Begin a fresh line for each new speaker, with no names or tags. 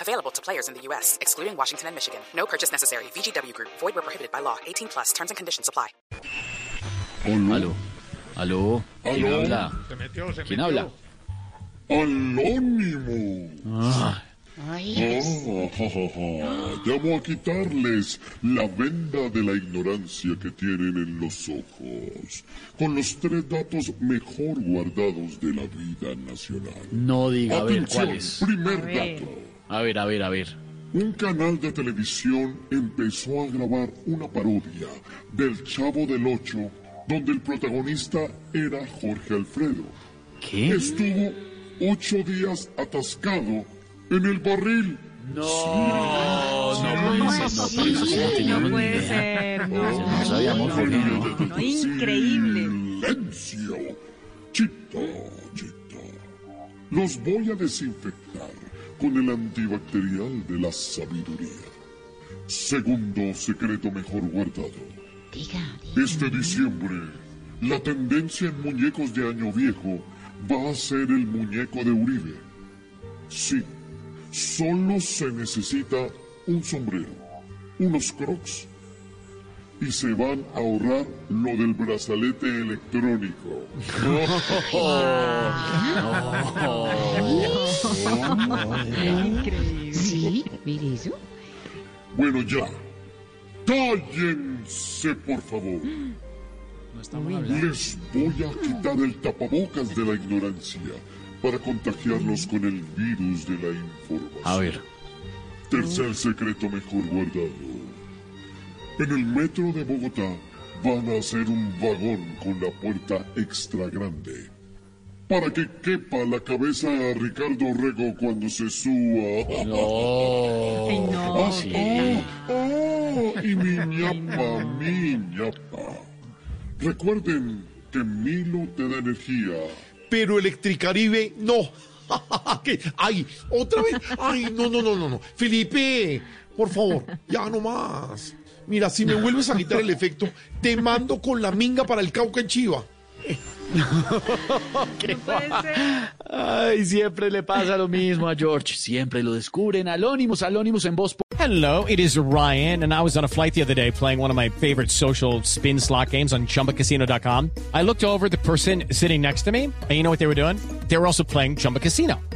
Available to players in the U.S., excluding Washington and Michigan. No purchase necessary. VGW Group, void were prohibited by law. 18 plus terms and conditions apply.
Aló,
Aló, aló, ¿quién
Aló.
habla?
Se metió, se
¿Quién
metió.
habla?
anónimo.
Ay,
Ah, ja, ja, ja. Llamo a quitarles la venda de la ignorancia que tienen en los ojos, con los tres datos mejor guardados de la vida nacional.
No diga, a ver,
Atención,
¿cuál es?
primer dato.
A ver, a ver, a ver.
Un canal de televisión empezó a grabar una parodia del Chavo del Ocho, donde el protagonista era Jorge Alfredo.
¿Qué?
Estuvo ocho días atascado en el barril.
¿cómo así? No puede ser. No,
No sabíamos por qué, ¿no?
no, increíble.
Silencio. Chito, chito. Los voy a desinfectar con el antibacterial de la sabiduría. Segundo secreto mejor guardado.
Diga, diga.
Este diciembre, la tendencia en muñecos de año viejo va a ser el muñeco de Uribe. Sí, solo se necesita un sombrero, unos crocs y se van a ahorrar lo del brazalete electrónico.
Sí, mire eso.
Bueno, ya. Cállense, por favor. Les voy a quitar el tapabocas de la ignorancia para contagiarlos con el virus de la información.
A ver,
Tercer secreto mejor guardado. En el metro de Bogotá van a hacer un vagón con la puerta extra grande. Para que quepa la cabeza a Ricardo Rego cuando se suba.
Ay, no.
Oh, oh, y mi ñapa, mi ñapa. Recuerden que Milo te da energía.
pero Electricaribe no. ¿Qué? Ay, otra vez. Ay, no, no, no, no, no. Felipe, por favor, ya no más. Mira, si me vuelves a quitar el efecto, te mando con la minga para el Cauca en Chiva.
No puede ser.
Ay, siempre le pasa lo mismo a George. Siempre lo descubren. Alónimos, Alónimos en voz.
Hello, it is Ryan, and I was on a flight the other day playing one of my favorite social spin slot games on chumbacasino.com. I looked over at the person sitting next to me, and you know what they were doing? They were also playing Chumba Casino.